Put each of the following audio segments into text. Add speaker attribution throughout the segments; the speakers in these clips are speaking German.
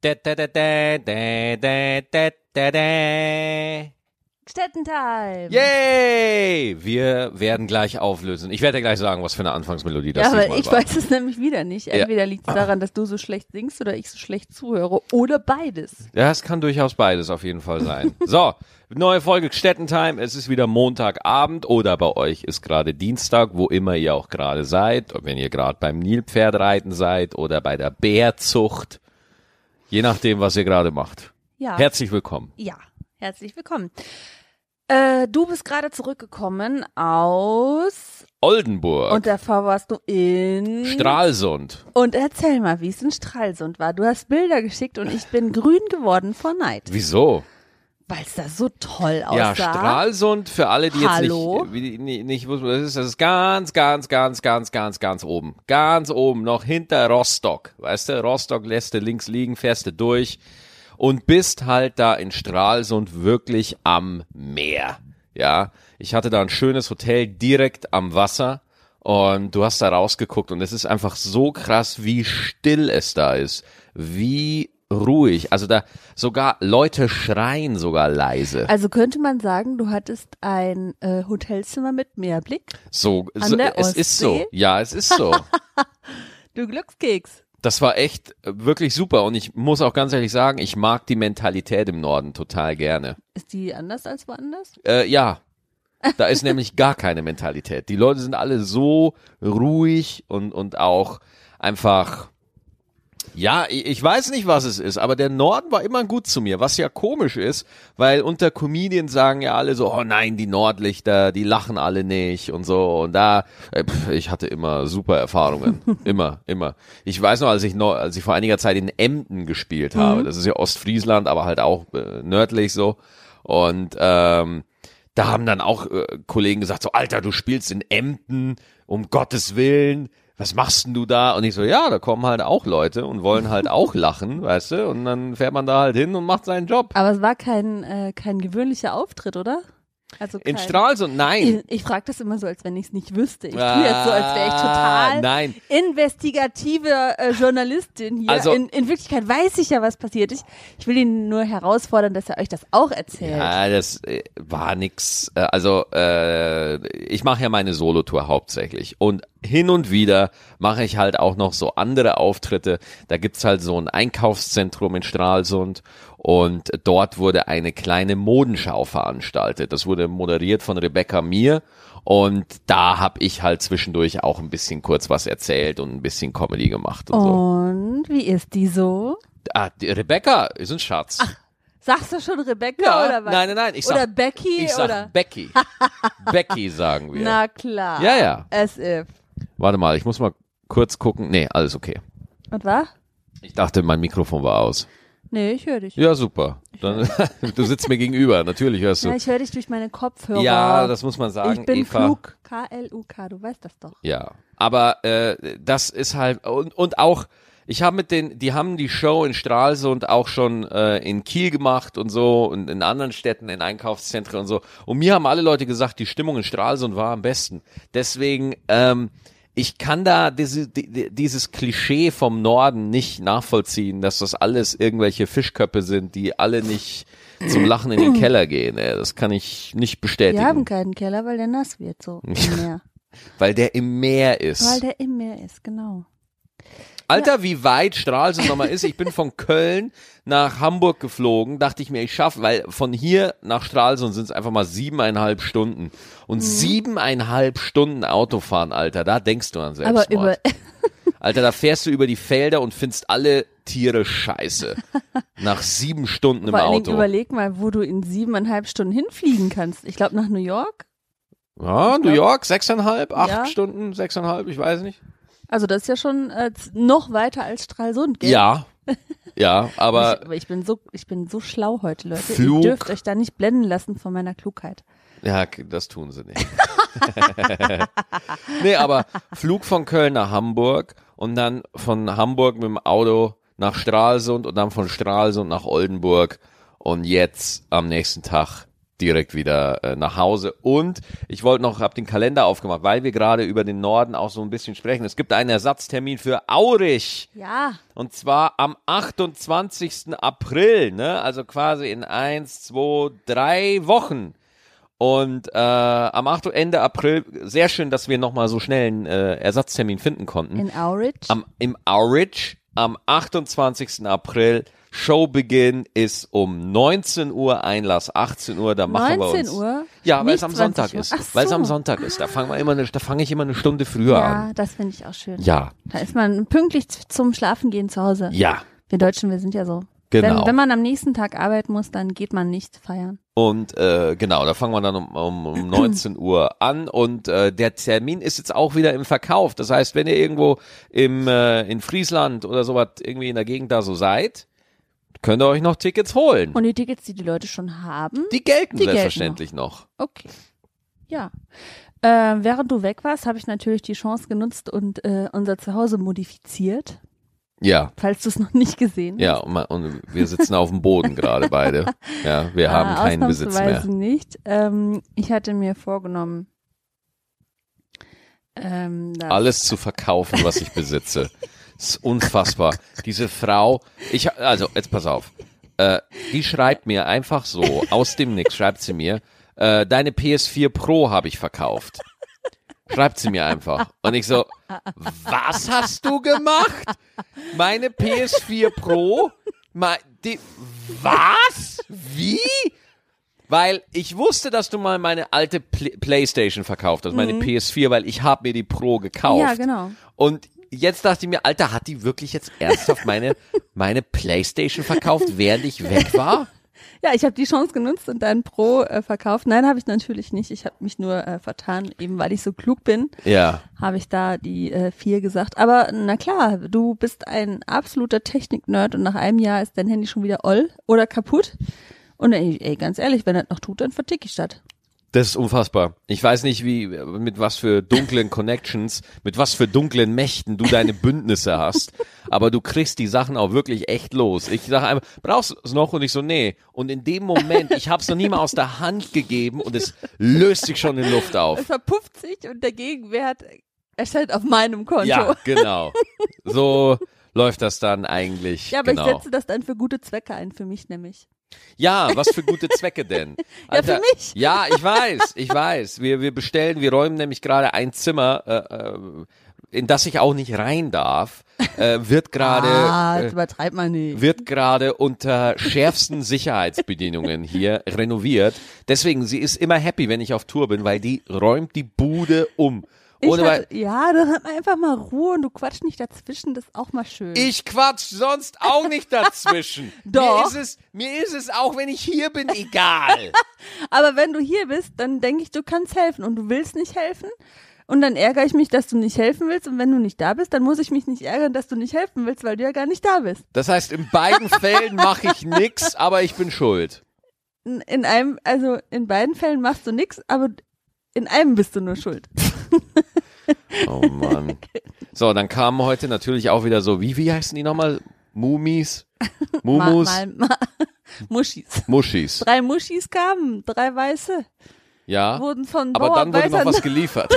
Speaker 1: Da, da, da, da, da, da, da, da, da.
Speaker 2: Städtentime.
Speaker 1: Yay! Wir werden gleich auflösen. Ich werde dir gleich sagen, was für eine Anfangsmelodie das
Speaker 2: Ja,
Speaker 1: diesmal
Speaker 2: aber ich
Speaker 1: war.
Speaker 2: weiß es nämlich wieder nicht. Entweder liegt es daran, dass du so schlecht singst oder ich so schlecht zuhöre oder beides.
Speaker 1: Das kann durchaus beides auf jeden Fall sein. so, neue Folge Städtentime. Es ist wieder Montagabend oder bei euch ist gerade Dienstag, wo immer ihr auch gerade seid. Und wenn ihr gerade beim Nilpferdreiten seid oder bei der Bärzucht. Je nachdem, was ihr gerade macht.
Speaker 2: Ja.
Speaker 1: Herzlich willkommen.
Speaker 2: ja, herzlich willkommen. Äh, du bist gerade zurückgekommen aus
Speaker 1: Oldenburg.
Speaker 2: und davor warst du in
Speaker 1: Stralsund.
Speaker 2: und erzähl mal, wie es in Stralsund war. Du hast Bilder geschickt und ich bin grün geworden vor Neid,
Speaker 1: Wieso?
Speaker 2: weil es da so toll
Speaker 1: Ja,
Speaker 2: aussah.
Speaker 1: Stralsund für alle, die
Speaker 2: Hallo?
Speaker 1: jetzt nicht, wie- nicht, nicht wussten, das ist, das ist ganz, ganz, ganz, ganz, ganz, ganz oben. Ganz oben, noch hinter Rostock. Weißt du, Rostock lässt du links liegen, fährst du durch und bist halt da in Stralsund wirklich am Meer. Ja, ich hatte da ein schönes Hotel direkt am Wasser und du hast da rausgeguckt und es ist einfach so krass, wie still es da ist. Wie ruhig. Also da sogar Leute schreien sogar leise.
Speaker 2: Also könnte man sagen, du hattest ein äh, Hotelzimmer mit Meerblick.
Speaker 1: So,
Speaker 2: An
Speaker 1: so
Speaker 2: der
Speaker 1: es ist so.
Speaker 2: Ostsee?
Speaker 1: Ja, es ist so.
Speaker 2: Du Glückskeks.
Speaker 1: Das war echt äh, wirklich super und ich muss auch ganz ehrlich sagen, ich mag die Mentalität im Norden total gerne.
Speaker 2: Ist die anders als woanders?
Speaker 1: Äh, ja, da ist nämlich gar keine Mentalität. Die Leute sind alle so ruhig und, und auch einfach, ja, ich, ich weiß nicht, was es ist, aber der Norden war immer gut zu mir, was ja komisch ist, weil unter Comedians sagen ja alle so, oh nein, die Nordlichter, die lachen alle nicht und so und da, äh, pf, ich hatte immer super Erfahrungen, immer, immer. Ich weiß noch, als ich, neu, als ich vor einiger Zeit in Emden gespielt habe, das ist ja Ostfriesland, aber halt auch äh, nördlich so und ähm, da haben dann auch äh, Kollegen gesagt, so Alter, du spielst in Emden, um Gottes Willen, was machst denn du da? Und ich so, ja, da kommen halt auch Leute und wollen halt auch lachen, weißt du? Und dann fährt man da halt hin und macht seinen Job.
Speaker 2: Aber es war kein, äh, kein gewöhnlicher Auftritt, oder? Also
Speaker 1: In
Speaker 2: kein-
Speaker 1: Stralsund, nein.
Speaker 2: Ich, ich frage das immer so, als wenn ich es nicht wüsste. Ich tue jetzt so, als wäre ich
Speaker 1: Ah,
Speaker 2: total
Speaker 1: nein.
Speaker 2: investigative äh, Journalistin hier.
Speaker 1: Also-
Speaker 2: in, in Wirklichkeit weiß ich ja, was passiert. Ich, ich will ihn nur herausfordern, dass er euch das auch erzählt.
Speaker 1: Ja, das äh, war nix. Äh, Also äh, ich mache ja meine Solotour hauptsächlich und hin und wieder mache ich halt auch noch so andere Auftritte. Da gibt's halt so ein Einkaufszentrum in Stralsund und dort wurde eine kleine Modenschau veranstaltet. Das wurde moderiert von Rebecca Mir und da habe ich halt zwischendurch auch ein bisschen kurz was erzählt und ein bisschen Comedy gemacht und
Speaker 2: Oh.
Speaker 1: so.
Speaker 2: Und wie ist die so?
Speaker 1: Ah, die Rebecca ist ein Schatz.
Speaker 2: Sagst du schon Rebecca
Speaker 1: Ja,
Speaker 2: oder was?
Speaker 1: nein, nein, nein, ich sag-
Speaker 2: oder Becky
Speaker 1: Ich sag
Speaker 2: oder?
Speaker 1: Becky. Becky sagen wir.
Speaker 2: Na klar.
Speaker 1: Ja, ja.
Speaker 2: As if.
Speaker 1: Warte mal, ich muss mal kurz gucken. Nee, alles okay.
Speaker 2: Und war?
Speaker 1: Ich dachte, mein Mikrofon war aus.
Speaker 2: Nee, ich höre dich.
Speaker 1: Ja, super. Dann, du sitzt mir gegenüber, natürlich hörst
Speaker 2: Ja,
Speaker 1: du.
Speaker 2: ich höre dich durch meine Kopfhörer.
Speaker 1: Ja, das muss man sagen.
Speaker 2: Ich bin
Speaker 1: Eva.
Speaker 2: klug. K-L-U-K, du weißt das doch.
Speaker 1: Ja, aber äh, das ist halt und, und auch ich habe mit den, die haben die Show in Stralsund auch schon äh, in Kiel gemacht und so und in anderen Städten, in Einkaufszentren und so. Und mir haben alle Leute gesagt, die Stimmung in Stralsund war am besten. Deswegen, ähm, ich kann da diese, die- die- dieses Klischee vom Norden nicht nachvollziehen, dass das alles irgendwelche Fischköppe sind, die alle nicht zum Lachen in den Keller gehen. Ey, das kann ich nicht
Speaker 2: Wir
Speaker 1: bestätigen,
Speaker 2: haben keinen Keller, weil der nass wird so im Meer.
Speaker 1: weil der im Meer ist.
Speaker 2: Weil der im Meer ist, genau.
Speaker 1: Alter, wie weit Stralsund nochmal ist. Ich bin von Köln nach Hamburg geflogen, dachte ich mir, ich schaffe, weil von hier nach Stralsund sind es einfach mal siebeneinhalb Stunden.
Speaker 2: Mhm.
Speaker 1: Und siebeneinhalb Stunden Autofahren, Alter, da denkst du an Selbstmord.
Speaker 2: Aber über
Speaker 1: Alter, da fährst du über die Felder und findest alle Tiere scheiße. Nach sieben Stunden im
Speaker 2: vor allen Dingen
Speaker 1: Auto.
Speaker 2: überleg mal, wo du in siebeneinhalb Stunden hinfliegen kannst. Ich glaube nach New York.
Speaker 1: Ja, New
Speaker 2: glaub-
Speaker 1: York, sechseinhalb, acht
Speaker 2: Ja.
Speaker 1: Stunden, sechseinhalb, ich weiß nicht.
Speaker 2: Also das ist ja schon äh, z- noch weiter als Stralsund, gell?
Speaker 1: Ja. Ja, aber
Speaker 2: ich, aber ich bin so, ich bin so schlau heute, Leute.
Speaker 1: Flug.
Speaker 2: Ihr dürft euch da nicht blenden lassen von meiner Klugheit.
Speaker 1: Ja, k- das tun sie nicht. nee, aber Flug von Köln nach Hamburg und dann von Hamburg mit dem Auto nach Stralsund und dann von Stralsund nach Oldenburg und jetzt am nächsten Tag direkt wieder äh, nach Hause. Und ich wollte noch, habe den Kalender aufgemacht, weil wir gerade über den Norden auch so ein bisschen sprechen. Es gibt einen Ersatztermin für Aurich.
Speaker 2: Ja.
Speaker 1: Und zwar am 28. April, ne? Also quasi in eins, zwei, drei Wochen. Und äh, am 8. Ende April, sehr schön, dass wir nochmal so schnell einen äh, Ersatztermin finden konnten.
Speaker 2: In Aurich.
Speaker 1: Am, Im Aurich am 28. April. Showbeginn ist um 19 Uhr, Einlass 18 Uhr, da machen wir
Speaker 2: 19
Speaker 1: uns.
Speaker 2: Uhr?
Speaker 1: Ja, weil es
Speaker 2: Nicht
Speaker 1: am
Speaker 2: 20
Speaker 1: Sonntag
Speaker 2: Uhr.
Speaker 1: ist.
Speaker 2: Ach so.
Speaker 1: Weil es am Sonntag ist. Da fangen wir immer eine, da fange ich immer eine Stunde früher an.
Speaker 2: Ja, das finde ich auch schön.
Speaker 1: Ja,
Speaker 2: Da ist man pünktlich z- zum Schlafengehen zu Hause.
Speaker 1: ja.
Speaker 2: Wir Deutschen, wir sind ja so.
Speaker 1: Genau.
Speaker 2: Wenn, wenn man am nächsten Tag arbeiten muss, dann geht man nicht feiern.
Speaker 1: Und äh, genau, da fangen wir dann um, um, um 19 Uhr an und äh, der Termin ist jetzt auch wieder im Verkauf. Das heißt, wenn ihr irgendwo im, äh, in Friesland oder sowas irgendwie in der Gegend da so seid, könnt ihr euch noch Tickets holen.
Speaker 2: Und die Tickets, die die Leute schon haben,
Speaker 1: die gelten
Speaker 2: die gelten
Speaker 1: selbstverständlich noch.
Speaker 2: okay. Ja. Äh, während du weg warst, habe ich natürlich die Chance genutzt und äh, unser Zuhause modifiziert,
Speaker 1: Ja.
Speaker 2: falls du es noch nicht gesehen
Speaker 1: Ja, und, ma- und wir sitzen auf dem Boden gerade beide. Ja, wir haben
Speaker 2: Ah,
Speaker 1: keinen Besitz mehr.
Speaker 2: ausnahmsweise nicht. Ähm, ich hatte mir vorgenommen, ähm, das
Speaker 1: alles zu verkaufen, was ich besitze. Das ist unfassbar. Diese Frau, ich, also, jetzt pass auf. Äh, die schreibt mir einfach so, aus dem Nix schreibt sie mir, äh, deine PS4 Pro habe ich verkauft. Schreibt sie mir einfach. Und ich so, was hast du gemacht? Meine PS4 Pro? Mein, die, was? Wie? Weil ich wusste, dass du mal meine alte Pl Playstation verkauft hast, meine PS4, weil ich habe mir die Pro gekauft.
Speaker 2: Mhm. Ja, genau.
Speaker 1: Und jetzt dachte ich mir, Alter, hat die wirklich jetzt ernsthaft meine, meine Playstation verkauft, während ich weg war?
Speaker 2: Ja, ich habe die Chance genutzt und dann Pro äh, verkauft. Nein, habe ich natürlich nicht. Ich habe mich nur äh, vertan, eben weil ich so klug bin,
Speaker 1: Ja.
Speaker 2: habe ich da die äh, vier gesagt. Aber na klar, du bist ein absoluter Technik-Nerd und nach einem Jahr ist dein Handy schon wieder oll oder kaputt. Und ey, ey ganz ehrlich, wenn das noch tut, dann vertick ich das.
Speaker 1: Das ist unfassbar. Ich weiß nicht, wie, mit was für dunklen Connections, mit was für dunklen Mächten du deine Bündnisse hast. Aber du kriegst die Sachen auch wirklich echt los. Ich sage einfach, brauchst du es noch? Und ich so, nee. Und in dem Moment, ich hab's noch nie mal aus der Hand gegeben und es löst sich schon in Luft auf.
Speaker 2: Es verpufft sich und der Gegenwert erscheint auf meinem Konto.
Speaker 1: Ja, genau. So läuft das dann eigentlich.
Speaker 2: Ja, aber
Speaker 1: genau.
Speaker 2: ich setze das dann für gute Zwecke ein, für mich nämlich.
Speaker 1: Ja, was für gute Zwecke denn? Alter,
Speaker 2: für mich.
Speaker 1: Ja, ich weiß, ich weiß. Wir, wir bestellen, wir räumen nämlich gerade ein Zimmer, äh, äh, in das ich auch nicht rein darf, äh, wird
Speaker 2: ah,
Speaker 1: gerade
Speaker 2: jetzt
Speaker 1: äh,
Speaker 2: übertreib mal nicht.
Speaker 1: wird gerade unter schärfsten Sicherheitsbedingungen hier renoviert. Deswegen, sie ist immer happy, wenn ich auf Tour bin, weil die räumt die Bude um.
Speaker 2: Ich
Speaker 1: Ohne weil
Speaker 2: hatte, ja, dann hat man einfach mal Ruhe und du quatsch nicht dazwischen, das ist auch mal schön.
Speaker 1: Ich quatsch sonst auch nicht dazwischen. Mir
Speaker 2: Doch.
Speaker 1: ist es, mir ist es auch, wenn ich hier bin, egal.
Speaker 2: Aber wenn du hier bist, dann denke ich, du kannst helfen und du willst nicht helfen. Und dann ärgere ich mich, dass du nicht helfen willst. Und wenn du nicht da bist, dann muss ich mich nicht ärgern, dass du nicht helfen willst, weil du ja gar nicht da bist.
Speaker 1: Das heißt, in beiden Fällen mache ich nix, aber ich bin schuld.
Speaker 2: In, in einem, also in beiden Fällen machst du nichts, aber in einem bist du nur schuld.
Speaker 1: Oh Mann. So, dann kamen heute natürlich auch wieder so, wie, wie heißen die nochmal? Mumis? Mumus?
Speaker 2: Mal, mal, mal. Muschis.
Speaker 1: Muschis.
Speaker 2: Drei Muschis kamen, drei Weiße,
Speaker 1: Ja.
Speaker 2: wurden von
Speaker 1: Aber dann wurde noch
Speaker 2: Bauarbeitern
Speaker 1: was geliefert.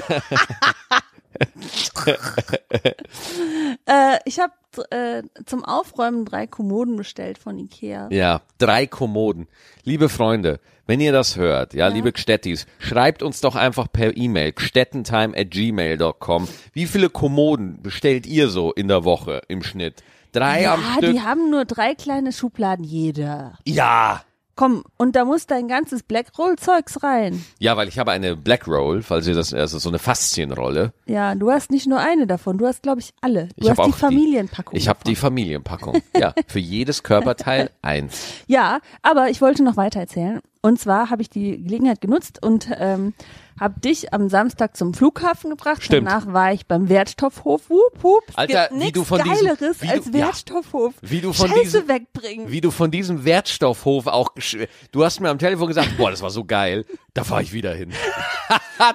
Speaker 2: Äh, ich habe äh, zum Aufräumen drei Kommoden bestellt von Ikea.
Speaker 1: Ja, drei Kommoden. Liebe Freunde, wenn ihr das hört, ja,
Speaker 2: Ja.
Speaker 1: liebe Gstettis, schreibt uns doch einfach per E-Mail, gstettentime at gmail.com. Wie viele Kommoden bestellt ihr so in der Woche im Schnitt? Drei am
Speaker 2: ja,
Speaker 1: Stück?
Speaker 2: die haben nur drei kleine Schubladen jeder.
Speaker 1: Ja.
Speaker 2: Komm, und da muss dein ganzes Blackroll-Zeugs rein.
Speaker 1: Ja, weil ich habe eine Black Roll, falls ihr das, also so eine Faszienrolle.
Speaker 2: Ja, du hast nicht nur eine davon, du hast, glaube ich, alle. Du
Speaker 1: Ich
Speaker 2: hast
Speaker 1: hab
Speaker 2: die
Speaker 1: auch die-
Speaker 2: Familienpackung.
Speaker 1: Ich habe die
Speaker 2: davon.
Speaker 1: Familienpackung. Ja, für jedes Körperteil eins.
Speaker 2: Ja, aber ich wollte noch weiter erzählen. Und zwar habe ich die Gelegenheit genutzt und ähm, habe dich am Samstag zum Flughafen gebracht.
Speaker 1: Stimmt.
Speaker 2: Danach war ich beim Wertstoffhof. Wup, wup. Es
Speaker 1: Alter,
Speaker 2: gibt
Speaker 1: wie
Speaker 2: nix
Speaker 1: du von diesem-
Speaker 2: Geileres
Speaker 1: wie du-
Speaker 2: als
Speaker 1: ja.
Speaker 2: Wertstoffhof.
Speaker 1: Wie du von
Speaker 2: Scheiße
Speaker 1: diesem-
Speaker 2: wegbringen.
Speaker 1: Wie du von diesem Wertstoffhof auch, gesch- du hast mir am Telefon gesagt, boah, das war so geil, da fahre ich wieder hin.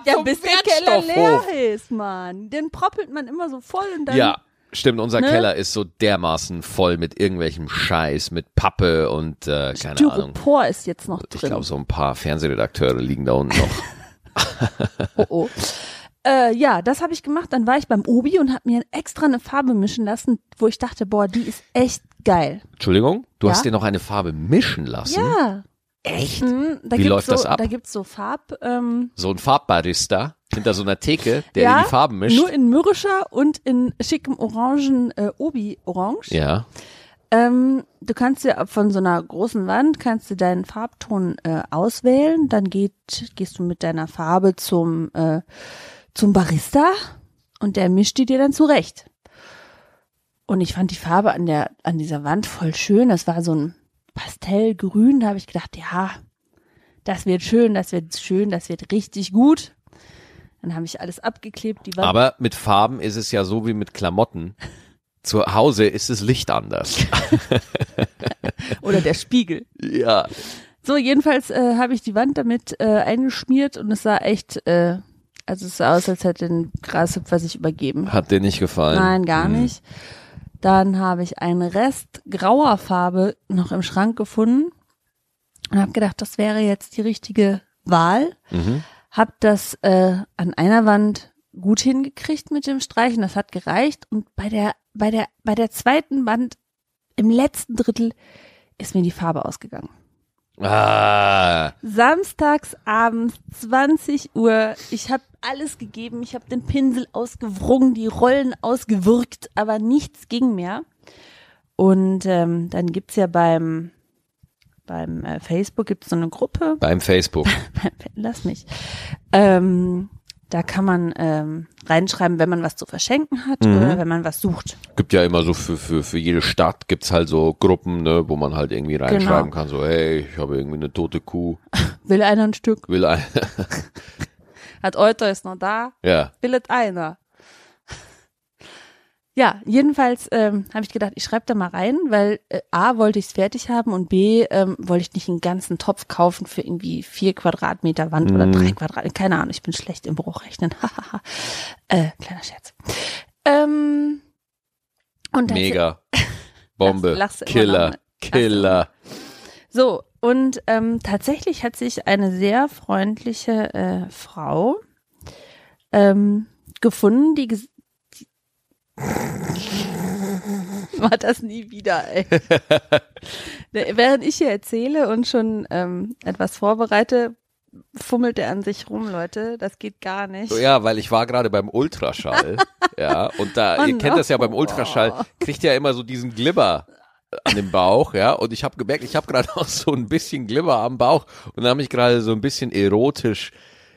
Speaker 2: Ja,
Speaker 1: Zum
Speaker 2: bis der Keller
Speaker 1: Wertstoffhof.
Speaker 2: leer ist, Mann. Den proppelt man immer so voll und dann.
Speaker 1: Ja, Stimmt, unser
Speaker 2: Ähm, Ne?
Speaker 1: Keller ist so dermaßen voll mit irgendwelchem Scheiß, mit Pappe und äh, keine Ahnung.
Speaker 2: Styropor ist jetzt noch
Speaker 1: Ich
Speaker 2: drin.
Speaker 1: glaube, so ein paar Fernsehredakteure liegen da unten noch.
Speaker 2: Oh, oh. Äh, ja, das habe ich gemacht. Dann war ich beim Obi und habe mir extra eine Farbe mischen lassen, wo ich dachte, boah, die ist echt geil.
Speaker 1: Entschuldigung, du
Speaker 2: Ja?
Speaker 1: hast dir noch eine Farbe mischen lassen.
Speaker 2: Ja.
Speaker 1: Echt?
Speaker 2: Mhm, da
Speaker 1: Wie
Speaker 2: gibt's
Speaker 1: läuft
Speaker 2: so,
Speaker 1: das ab?
Speaker 2: Da gibt's so Farb. Ähm,
Speaker 1: So ein Farbbarista hinter so einer Theke, der
Speaker 2: ja,
Speaker 1: dir die Farben mischt.
Speaker 2: Nur in mürrischer und in schickem orangen äh, Obi-Orange.
Speaker 1: ja.
Speaker 2: Ähm, du kannst dir ab- von so einer großen Wand kannst du deinen Farbton äh, auswählen. Dann geht, gehst du mit deiner Farbe zum äh, zum Barista und der mischt die dir dann zurecht. Und ich fand die Farbe an der an dieser Wand voll schön. Das war so ein Pastellgrün. Da habe ich gedacht, ja, das wird schön, das wird schön, das wird richtig gut. Dann habe ich alles abgeklebt. Die Wand
Speaker 1: Aber mit Farben ist es ja so wie mit Klamotten. Zu Hause ist das Licht anders.
Speaker 2: oder der Spiegel.
Speaker 1: ja.
Speaker 2: So, jedenfalls äh, habe ich die Wand damit äh, eingeschmiert und es sah echt, äh, also es sah aus, als hätte ein Grashüpfer sich übergeben.
Speaker 1: Hat dir nicht gefallen?
Speaker 2: Nein, gar
Speaker 1: Hm.
Speaker 2: nicht. Dann habe ich einen Rest grauer Farbe noch im Schrank gefunden und habe gedacht, das wäre jetzt die richtige Wahl.
Speaker 1: Mhm.
Speaker 2: Hab das äh, an einer Wand gut hingekriegt mit dem Streichen, das hat gereicht und bei der bei der bei der zweiten Wand im letzten Drittel ist mir die Farbe ausgegangen.
Speaker 1: Ah,
Speaker 2: Samstagsabends 20 Uhr. Ich habe alles gegeben. Ich habe den Pinsel ausgewrungen, die Rollen ausgewirkt, aber nichts ging mehr. Und ähm, dann gibt's ja beim, beim äh, Facebook gibt's so eine Gruppe.
Speaker 1: beim Facebook.
Speaker 2: Lass mich. Ähm, da kann man ähm, reinschreiben, wenn man was zu verschenken hat
Speaker 1: Mhm.
Speaker 2: oder wenn man was sucht.
Speaker 1: Gibt ja immer so für, für, für jede Stadt gibt's halt so Gruppen, ne, wo man halt irgendwie reinschreiben
Speaker 2: Genau.
Speaker 1: kann, so, hey, ich habe irgendwie eine tote Kuh,
Speaker 2: Will einer ein Stück?
Speaker 1: will ein,
Speaker 2: Hat Euter ist noch da.
Speaker 1: ja.
Speaker 2: bildet einer. Ja, jedenfalls ähm, habe ich gedacht, ich schreibe da mal rein, weil äh, A, wollte ich es fertig haben und B, ähm, wollte ich nicht einen ganzen Topf kaufen für irgendwie vier Quadratmeter Wand oder
Speaker 1: Mhm.
Speaker 2: drei Quadratmeter. Keine Ahnung, ich bin schlecht im Bruchrechnen. Hahaha. äh, kleiner Scherz. Ähm, und dann
Speaker 1: Mega. Bombe.
Speaker 2: Lachst- lachst immer noch,
Speaker 1: Killer.
Speaker 2: ne?
Speaker 1: Killer.
Speaker 2: So, und ähm, tatsächlich hat sich eine sehr freundliche äh, Frau ähm, gefunden, die, ges- die Mach das nie wieder, ey. Ne, Während ich hier erzähle und schon ähm, etwas vorbereite, fummelt er an sich rum, Leute. Das geht gar nicht.
Speaker 1: So, ja, weil ich war gerade beim Ultraschall. ja, und da,
Speaker 2: Oh
Speaker 1: ihr kennt das ja
Speaker 2: no.
Speaker 1: beim Ultraschall, kriegt ihr ja immer so diesen Glibber an dem Bauch, ja, und ich habe gemerkt, ich habe gerade auch so ein bisschen Glibber am Bauch und da habe ich gerade so ein bisschen erotisch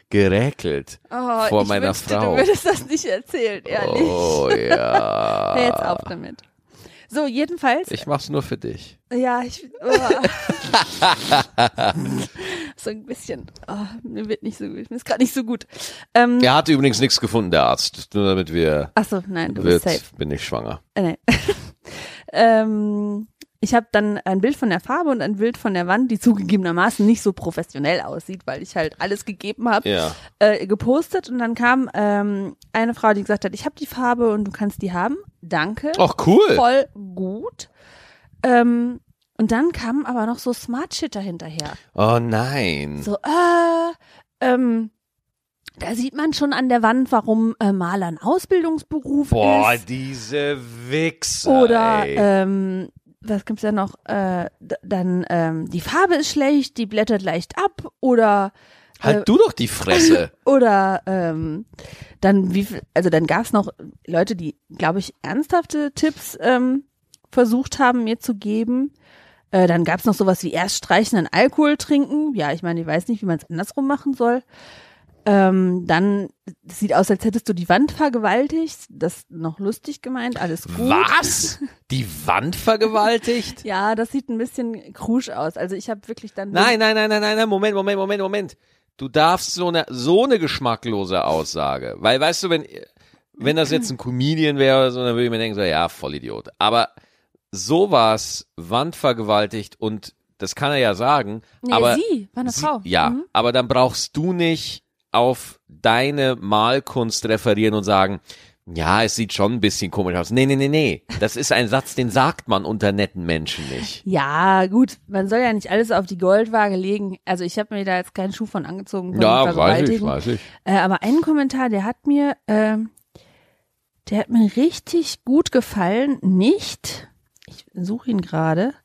Speaker 1: geräkelt
Speaker 2: oh,
Speaker 1: vor
Speaker 2: ich
Speaker 1: meiner
Speaker 2: wünschte,
Speaker 1: Frau.
Speaker 2: Du würdest das nicht erzählen, ehrlich.
Speaker 1: Oh ja.
Speaker 2: Hör jetzt auf damit. So, jedenfalls.
Speaker 1: Ich mach's nur für dich.
Speaker 2: Ja, ich. Oh. so ein bisschen. Oh, mir wird nicht so gut. Mir ist gerade nicht so gut. Ähm,
Speaker 1: Er hat übrigens nichts gefunden, der Arzt. Nur damit wir
Speaker 2: Achso, nein, du
Speaker 1: wird,
Speaker 2: bist safe.
Speaker 1: bin ich schwanger.
Speaker 2: Äh, nein. ähm, ich habe dann ein Bild von der Farbe und ein Bild von der Wand, die zugegebenermaßen nicht so professionell aussieht, weil ich halt alles gegeben habe,
Speaker 1: Ja.
Speaker 2: äh, gepostet. Und dann kam ähm, eine Frau, die gesagt hat, ich habe die Farbe und du kannst die haben. Danke.
Speaker 1: Ach Oh, cool.
Speaker 2: Voll gut. Ähm, und dann kamen aber noch so Smart-Shitter hinterher.
Speaker 1: Oh nein.
Speaker 2: So, äh, ähm, da sieht man schon an der Wand, warum äh, Maler ein Ausbildungsberuf
Speaker 1: Boah,
Speaker 2: ist.
Speaker 1: diese Wichser.
Speaker 2: Oder,
Speaker 1: ey.
Speaker 2: ähm, was gibt's da noch? Äh, d- dann, ähm, die Farbe ist schlecht, die blättert leicht ab. Oder, äh,
Speaker 1: halt du doch die Fresse.
Speaker 2: oder, ähm, dann wie viel, also dann gab's noch Leute, die, glaube ich, ernsthafte Tipps, ähm, versucht haben, mir zu geben. Äh, dann gab's noch sowas wie erst streichen, dann Alkohol trinken. Ja, ich meine, ich weiß nicht, wie man es andersrum machen soll. Ähm, dann es sieht aus, als hättest du die Wand vergewaltigt. Das noch lustig gemeint, alles gut.
Speaker 1: Was? Die Wand vergewaltigt?
Speaker 2: Ja, das sieht ein bisschen krusch aus. Also ich habe wirklich dann
Speaker 1: Nein, nein, nein, nein, nein, nein, Moment, Moment, Moment, Moment. Du darfst so eine, so eine geschmacklose Aussage. Weil, weißt du, wenn, wenn das jetzt ein Comedian wäre oder so, dann würde ich mir denken, so, ja, Vollidiot. Aber sowas, Wand vergewaltigt und das kann er ja sagen.
Speaker 2: nee,
Speaker 1: aber
Speaker 2: sie war eine
Speaker 1: Sie-
Speaker 2: Frau.
Speaker 1: Ja,
Speaker 2: Mhm.
Speaker 1: aber dann brauchst du nicht auf deine Malkunst referieren und sagen, Ja, es sieht schon ein bisschen komisch aus. Nee, nee, nee, nee. Das ist ein Satz, den sagt man unter netten Menschen nicht.
Speaker 2: Ja, gut, man soll ja nicht alles auf die Goldwaage legen. Also ich habe mir da jetzt keinen Schuh von angezogen. von dem Vergewaltigen.
Speaker 1: ich.
Speaker 2: Äh, aber einen Kommentar, der hat mir, ähm, der hat mir richtig gut gefallen. Nicht, ich suche ihn gerade.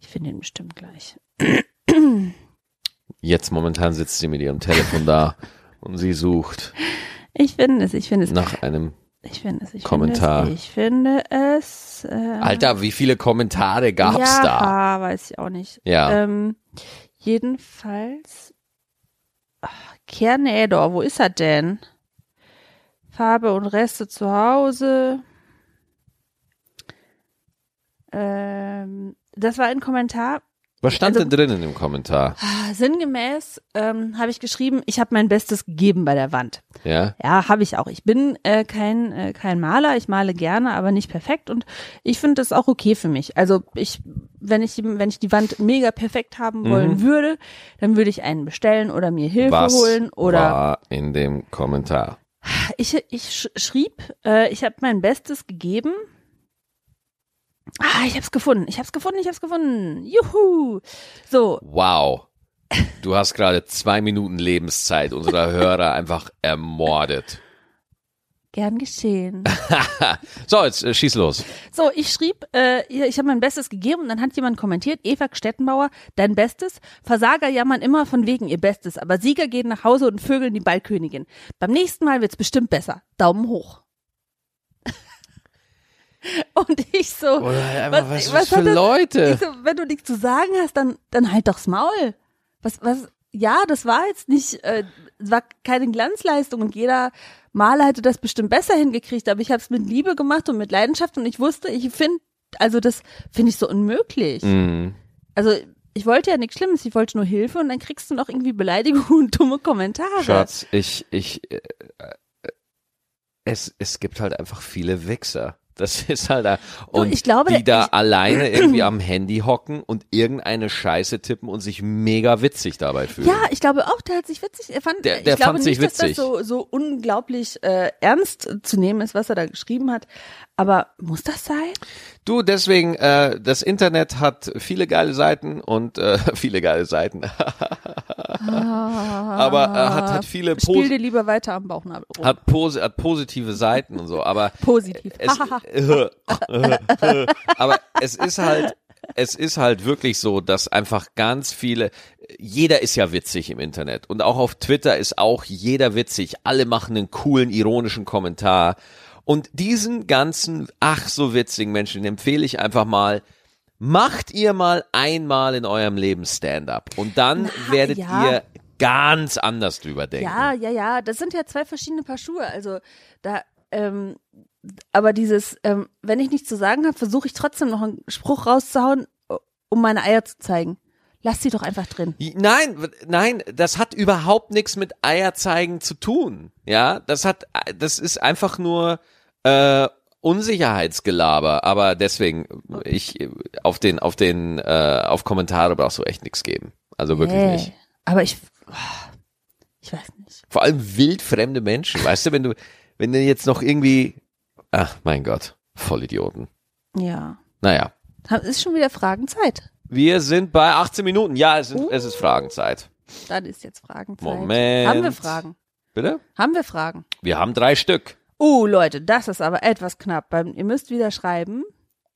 Speaker 2: Ich finde ihn bestimmt gleich.
Speaker 1: Jetzt momentan sitzt sie mit ihrem Telefon da und sie sucht
Speaker 2: Ich finde es, ich finde es,
Speaker 1: nach einem.
Speaker 2: ich finde es, ich
Speaker 1: Kommentar.
Speaker 2: finde es. Ich finde es. Äh,
Speaker 1: Alter, wie viele Kommentare gab's
Speaker 2: ja,
Speaker 1: da?
Speaker 2: weiß ich auch nicht.
Speaker 1: Ja.
Speaker 2: Ähm, jedenfalls. Ach, Kernädor, wo ist er denn? Farbe und Reste zu Hause. Ähm, das war ein Kommentar.
Speaker 1: Was stand
Speaker 2: also-
Speaker 1: denn drinnen im Kommentar?
Speaker 2: Ah, Sinngemäß ähm, habe ich geschrieben, ich habe mein Bestes gegeben bei der Wand.
Speaker 1: Ja.
Speaker 2: Ja, habe ich auch. Ich bin äh, kein, äh, kein Maler. Ich male gerne, aber nicht perfekt. Und ich finde das auch okay für mich. Also ich, wenn ich, wenn ich die Wand mega perfekt haben wollen
Speaker 1: Mhm.
Speaker 2: würde, dann würde ich einen bestellen oder mir Hilfe
Speaker 1: Was
Speaker 2: holen. Oder
Speaker 1: war in dem Kommentar?
Speaker 2: ich, ich sch schrieb, äh, ich habe mein Bestes gegeben. Ah, ich hab's gefunden. Ich hab's gefunden, ich hab's gefunden. Juhu. So,
Speaker 1: Wow. Du hast gerade zwei Minuten Lebenszeit unserer Hörer einfach ermordet.
Speaker 2: gern geschehen.
Speaker 1: So, jetzt äh, schieß los.
Speaker 2: So, ich schrieb, äh, ich habe mein Bestes gegeben und dann hat jemand kommentiert, Eva Stettenbauer, dein Bestes. Versager jammern immer von wegen ihr Bestes, aber Sieger gehen nach Hause und vögeln die Ballkönigin. Beim nächsten Mal wird's bestimmt besser. Daumen hoch. und ich so,
Speaker 1: Oder, halt
Speaker 2: was- was hat
Speaker 1: für
Speaker 2: das-
Speaker 1: Leute?
Speaker 2: ich so, wenn du nichts zu sagen hast, dann, dann halt doch's Maul. Was, was, ja, das war jetzt nicht, äh, es war keine Glanzleistung und jeder Maler hätte das bestimmt besser hingekriegt, aber ich habe es mit Liebe gemacht und mit Leidenschaft und ich wusste, ich finde, also das finde ich so unmöglich.
Speaker 1: Mhm.
Speaker 2: Also ich wollte ja nichts Schlimmes, ich wollte nur Hilfe und dann kriegst du noch irgendwie Beleidigungen und dumme Kommentare.
Speaker 1: Schatz, ich, ich, äh, äh, es, es gibt halt einfach viele Wichser. Das ist halt da. Und
Speaker 2: ich glaube,
Speaker 1: die da
Speaker 2: ich-
Speaker 1: alleine irgendwie am Handy hocken und irgendeine Scheiße tippen und sich mega witzig dabei fühlen.
Speaker 2: Ja, ich glaube auch, der hat sich witzig. Er fand,
Speaker 1: Der-
Speaker 2: ich
Speaker 1: der
Speaker 2: glaube
Speaker 1: fand sich
Speaker 2: nicht, dass das
Speaker 1: witzig.
Speaker 2: so, so unglaublich äh, ernst zu nehmen ist, was er da geschrieben hat. Aber muss das sein?
Speaker 1: Du, deswegen, äh, das Internet hat viele geile Seiten und äh, viele geile Seiten. Aber äh, hat, hat viele
Speaker 2: Ah, Spiel dir
Speaker 1: posi
Speaker 2: lieber weiter am Bauchnabel rum.
Speaker 1: hat, posi hat positive Seiten und so, aber
Speaker 2: Positiv.
Speaker 1: es, aber es ist halt, es ist halt wirklich so, dass einfach ganz viele, jeder ist ja witzig im Internet und auch auf Twitter ist auch jeder witzig. Alle machen einen coolen, ironischen Kommentar. Und diesen ganzen, ach so witzigen Menschen den empfehle ich einfach mal, macht ihr mal einmal in eurem Leben Stand-up und dann
Speaker 2: Na,
Speaker 1: werdet
Speaker 2: ja.
Speaker 1: ihr ganz anders drüber denken.
Speaker 2: ja, ja, ja. Das sind ja zwei verschiedene Paar Schuhe. Also da, ähm, aber dieses, ähm, wenn ich nichts zu sagen habe, versuche ich trotzdem noch einen Spruch rauszuhauen, um meine Eier zu zeigen. Lass sie doch einfach drin.
Speaker 1: Nein, w- nein, das hat überhaupt nichts mit Eier zeigen zu tun. Ja, das hat, das ist einfach nur äh, Unsicherheitsgelaber. Aber deswegen, ich äh, auf den, auf den, äh, auf Kommentare brauchst du echt nichts geben. Also wirklich
Speaker 2: Nee.
Speaker 1: nicht.
Speaker 2: Äh, Aber ich, oh, ich weiß nicht.
Speaker 1: Vor allem wildfremde Menschen. Weißt du, wenn du, wenn du jetzt noch irgendwie, ach mein Gott, Vollidioten.
Speaker 2: Ja.
Speaker 1: Naja,
Speaker 2: Ha- Ist schon wieder Fragenzeit.
Speaker 1: wir sind bei 18 Minuten. Ja, es, sind, es ist Fragenzeit.
Speaker 2: Dann ist jetzt Fragenzeit.
Speaker 1: Moment.
Speaker 2: Haben wir Fragen?
Speaker 1: Bitte?
Speaker 2: Haben wir Fragen?
Speaker 1: Wir haben drei Stück.
Speaker 2: Oh, Leute, das ist aber etwas knapp. Beim- Ihr müsst wieder schreiben.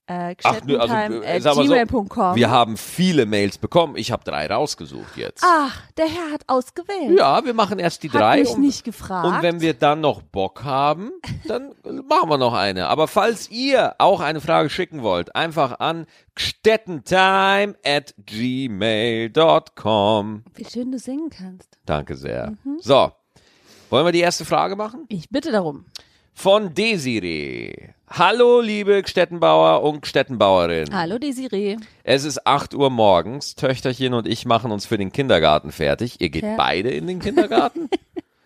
Speaker 2: Äh,
Speaker 1: Ach, nö, also, äh, sag mal so,
Speaker 2: gmail.com.
Speaker 1: Wir haben viele Mails bekommen. Ich habe drei rausgesucht jetzt.
Speaker 2: Ach, der Herr hat ausgewählt.
Speaker 1: Ja, wir machen erst die
Speaker 2: Ah, Hat
Speaker 1: drei.
Speaker 2: mich
Speaker 1: und,
Speaker 2: nicht gefragt.
Speaker 1: und wenn wir dann noch Bock haben, dann machen wir noch eine. Aber falls ihr auch eine Frage schicken wollt, einfach an gstettentime at gmail.com.
Speaker 2: Wie schön du singen kannst.
Speaker 1: Danke sehr.
Speaker 2: Mhm.
Speaker 1: So, wollen wir die erste Frage machen?
Speaker 2: Ich bitte darum.
Speaker 1: Von Desiree. Hallo, liebe Gstettenbauer und Gstettenbauerin.
Speaker 2: Hallo, Desiree.
Speaker 1: Es ist 8 Uhr morgens. Töchterchen und ich machen uns für den Kindergarten fertig. Ihr geht
Speaker 2: Ja.
Speaker 1: beide in den Kindergarten?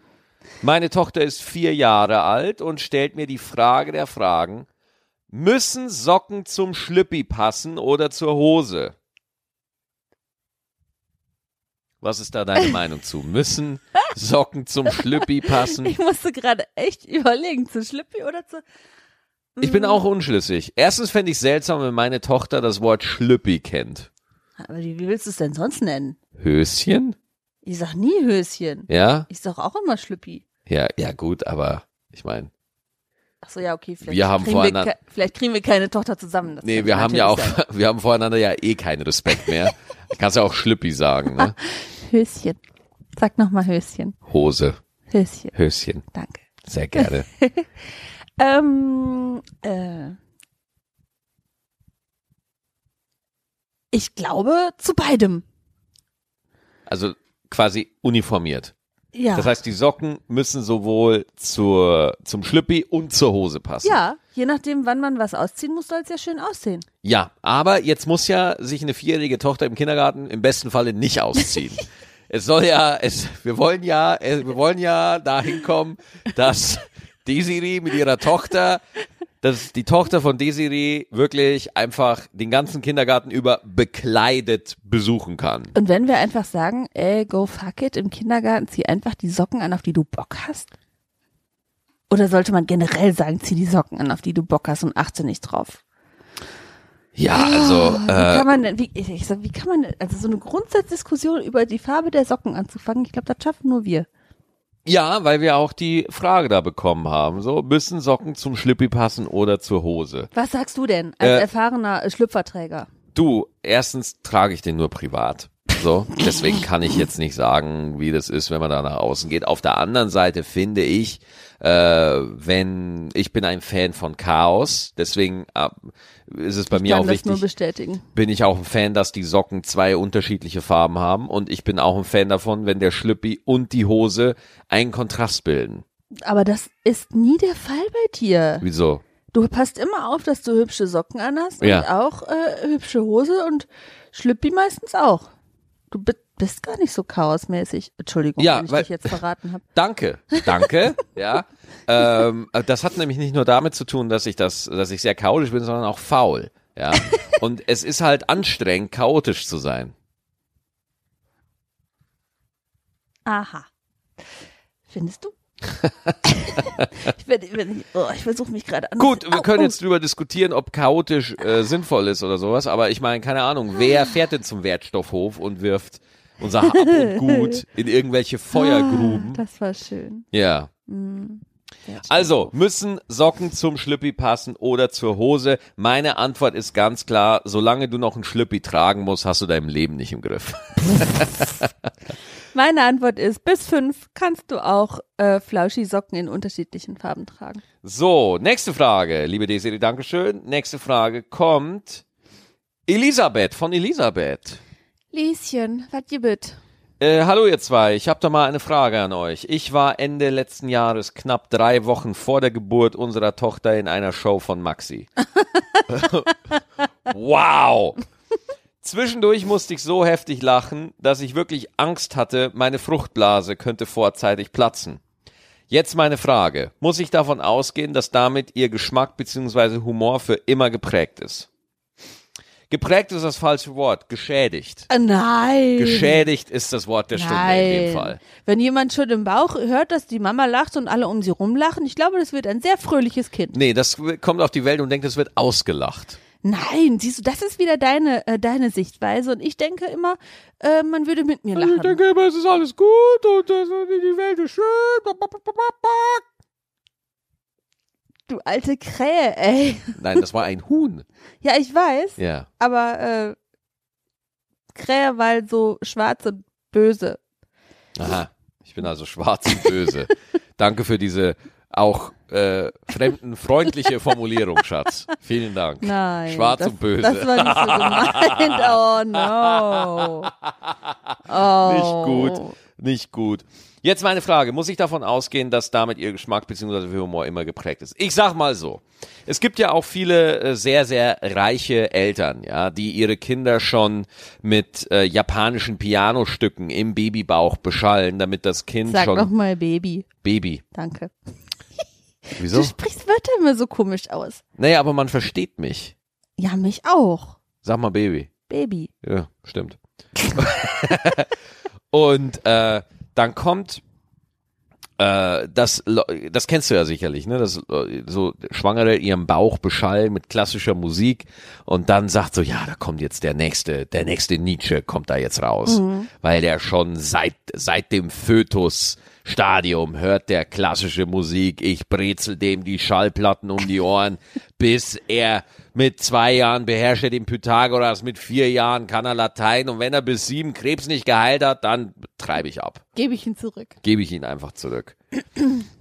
Speaker 1: Meine Tochter ist vier Jahre alt und stellt mir die Frage der Fragen: Müssen Socken zum Schlüppi passen oder zur Hose? Was ist da deine Meinung zu? Müssen Socken zum Schlüppi passen?
Speaker 2: Ich musste gerade echt überlegen, zu Schlüppi oder zu.
Speaker 1: Ich bin auch unschlüssig. Erstens fände ich seltsam, wenn meine Tochter das Wort Schlüppi kennt.
Speaker 2: Aber wie wie willst du es denn sonst nennen?
Speaker 1: Höschen?
Speaker 2: Ich sag nie Höschen.
Speaker 1: Ja?
Speaker 2: Ich sag auch immer Schlüppi.
Speaker 1: Ja, ja gut, aber ich meine,
Speaker 2: Ach so, ja, okay. Vielleicht
Speaker 1: Wir haben
Speaker 2: kriegen wir,
Speaker 1: voreinander-
Speaker 2: ke- vielleicht kriegen wir keine Tochter zusammen. Das
Speaker 1: nee,
Speaker 2: kann
Speaker 1: wir haben ja auch,
Speaker 2: Also natürlich
Speaker 1: wir haben voreinander ja eh keinen Respekt mehr. Ich kannst ja auch Schlüppi sagen, ne?
Speaker 2: sein. Höschen. Sag nochmal Höschen.
Speaker 1: Hose,
Speaker 2: Höschen.
Speaker 1: Höschen,
Speaker 2: Danke.
Speaker 1: sehr gerne.
Speaker 2: Ähm, äh, ich glaube zu beidem.
Speaker 1: Also quasi uniformiert.
Speaker 2: Ja.
Speaker 1: Das heißt, die Socken müssen sowohl zur, zum Schlüppi und zur Hose passen.
Speaker 2: ja, je nachdem, wann man was ausziehen muss, soll es ja schön aussehen.
Speaker 1: Ja, aber jetzt muss ja sich eine vierjährige Tochter im Kindergarten im besten Falle nicht ausziehen. es soll ja, es, wir wollen ja, äh, wir wollen ja dahin kommen, dass Desiree mit ihrer Tochter, dass die Tochter von Desiree wirklich einfach den ganzen Kindergarten über bekleidet besuchen kann.
Speaker 2: Und wenn wir einfach sagen, ey, go fuck it, im Kindergarten zieh einfach die Socken an, auf die du Bock hast? Oder sollte man generell sagen, zieh die Socken an, auf die du Bock hast und achte nicht drauf?
Speaker 1: Ja, also
Speaker 2: Oh, Wie
Speaker 1: äh,
Speaker 2: kann man denn, wie, ich ich sag, wie kann man denn, also so eine Grundsatzdiskussion über die Farbe der Socken anzufangen, ich glaube, das schaffen nur wir.
Speaker 1: Ja, weil wir auch die Frage da bekommen haben. So, müssen Socken zum Schlippi passen oder zur Hose?
Speaker 2: Was sagst du denn als
Speaker 1: Äh,
Speaker 2: erfahrener äh, Schlüpferträger?
Speaker 1: Du, erstens trage ich den nur privat. So, deswegen kann ich jetzt nicht sagen, wie das ist, wenn man da nach außen geht. Auf der anderen Seite finde ich, äh, wenn ich bin ein Fan von Chaos, deswegen äh, ist es bei mir
Speaker 2: Kann
Speaker 1: auch
Speaker 2: das nur
Speaker 1: wichtig,
Speaker 2: bestätigen.
Speaker 1: bin ich auch ein Fan, dass die Socken zwei unterschiedliche Farben haben und ich bin auch ein Fan davon, wenn der Schlippi und die Hose einen Kontrast bilden.
Speaker 2: Aber das ist nie der Fall bei dir.
Speaker 1: Wieso?
Speaker 2: Du passt immer auf, dass du hübsche Socken anhast und
Speaker 1: Ja.
Speaker 2: auch äh, hübsche Hose und Schlüppi meistens auch. Du bi- bist gar nicht so chaosmäßig. Entschuldigung,
Speaker 1: Ja,
Speaker 2: wenn ich
Speaker 1: weil-
Speaker 2: dich jetzt verraten habe.
Speaker 1: Danke, danke, ja. Ähm, das hat nämlich nicht nur damit zu tun, dass ich das, dass ich sehr chaotisch bin, sondern auch faul, ja. Und es ist halt anstrengend, chaotisch zu sein.
Speaker 2: Aha. Findest du? ich werd- ich werd- oh, ich versuche mich gerade an.
Speaker 1: Gut, wir
Speaker 2: Au,
Speaker 1: können
Speaker 2: au.
Speaker 1: jetzt drüber diskutieren, ob chaotisch äh, sinnvoll ist oder sowas, aber ich meine, keine Ahnung, wer fährt denn zum Wertstoffhof und wirft unser Hab und Gut in irgendwelche
Speaker 2: Ah,
Speaker 1: Feuergruben?
Speaker 2: Das war schön.
Speaker 1: Ja.
Speaker 2: Mm. Sehr schön.
Speaker 1: Also, müssen Socken zum Schlüppi passen oder zur Hose? Meine Antwort ist ganz klar, solange du noch einen Schlüppi tragen musst, hast du dein Leben nicht im Griff.
Speaker 2: Meine Antwort ist, bis fünf kannst du auch äh, flauschige Socken in unterschiedlichen Farben tragen.
Speaker 1: So, nächste Frage, liebe Desiree, Dankeschön. Nächste Frage kommt Elisabeth von Elisabeth.
Speaker 2: Lieschen, was gibt's?
Speaker 1: Äh, hallo ihr zwei, ich habe da mal eine Frage an euch. Ich war Ende letzten Jahres knapp drei Wochen vor der Geburt unserer Tochter in einer Show von Maxi. wow! Zwischendurch musste ich so heftig lachen, dass ich wirklich Angst hatte, meine Fruchtblase könnte vorzeitig platzen. Jetzt meine Frage, muss ich davon ausgehen, dass damit ihr Geschmack bzw. Humor für immer geprägt ist? Geprägt ist das falsche Wort, geschädigt.
Speaker 2: Ah, nein.
Speaker 1: Geschädigt ist das Wort der Stunde
Speaker 2: Nein.
Speaker 1: in dem Fall.
Speaker 2: Wenn jemand schon im Bauch hört, dass die Mama lacht und alle um sie rumlachen, ich glaube, das wird ein sehr fröhliches Kind.
Speaker 1: Nee, das kommt auf die Welt und denkt, es wird ausgelacht.
Speaker 2: Nein, siehst du, das ist wieder deine, äh, deine Sichtweise und ich denke immer, äh, man würde mit mir lachen.
Speaker 1: immer, es ist alles gut und die Welt ist schön.
Speaker 2: Du alte Krähe, ey.
Speaker 1: Nein, das war ein Huhn.
Speaker 2: Ja, ich weiß,
Speaker 1: Ja.
Speaker 2: aber äh, Krähe war halt so schwarz und böse.
Speaker 1: Aha. Ich bin also schwarz und böse. Danke für diese auch äh, fremdenfreundliche Formulierung, Schatz. Vielen Dank.
Speaker 2: Nein.
Speaker 1: Schwarz
Speaker 2: das,
Speaker 1: und böse.
Speaker 2: Das war nicht so gemeint. Oh no. Oh.
Speaker 1: Nicht gut. Nicht gut. Jetzt meine Frage. Muss ich davon ausgehen, dass damit ihr Geschmack bzw. für Humor immer geprägt ist? Ich sag mal so. Es gibt ja auch viele äh, sehr, sehr reiche Eltern, ja, die ihre Kinder schon mit äh, japanischen Pianostücken im Babybauch beschallen, damit das Kind
Speaker 2: Sag
Speaker 1: schon
Speaker 2: noch mal Baby.
Speaker 1: Baby.
Speaker 2: Danke. Du
Speaker 1: Wieso?
Speaker 2: sprichst Wörter immer so komisch aus.
Speaker 1: Naja, aber man versteht mich.
Speaker 2: Ja, mich auch.
Speaker 1: Sag mal Baby.
Speaker 2: Baby.
Speaker 1: Ja, stimmt. Und äh, dann kommt äh, das, Le- das kennst du ja sicherlich, ne? Das äh, so Schwangere ihren Bauch beschallen mit klassischer Musik und dann sagt so, ja, da kommt jetzt der nächste, der nächste Nietzsche kommt da jetzt raus, weil der schon seit seit dem Fötus Stadium hört der klassische Musik. Ich brezel dem die Schallplatten um die Ohren, bis er mit zwei Jahren beherrscht er den Pythagoras, mit vier Jahren kann er Latein und wenn er bis sieben Krebs nicht geheilt hat, dann treibe ich ab
Speaker 2: Gebe ich ihn zurück.
Speaker 1: gebe ich ihn einfach zurück.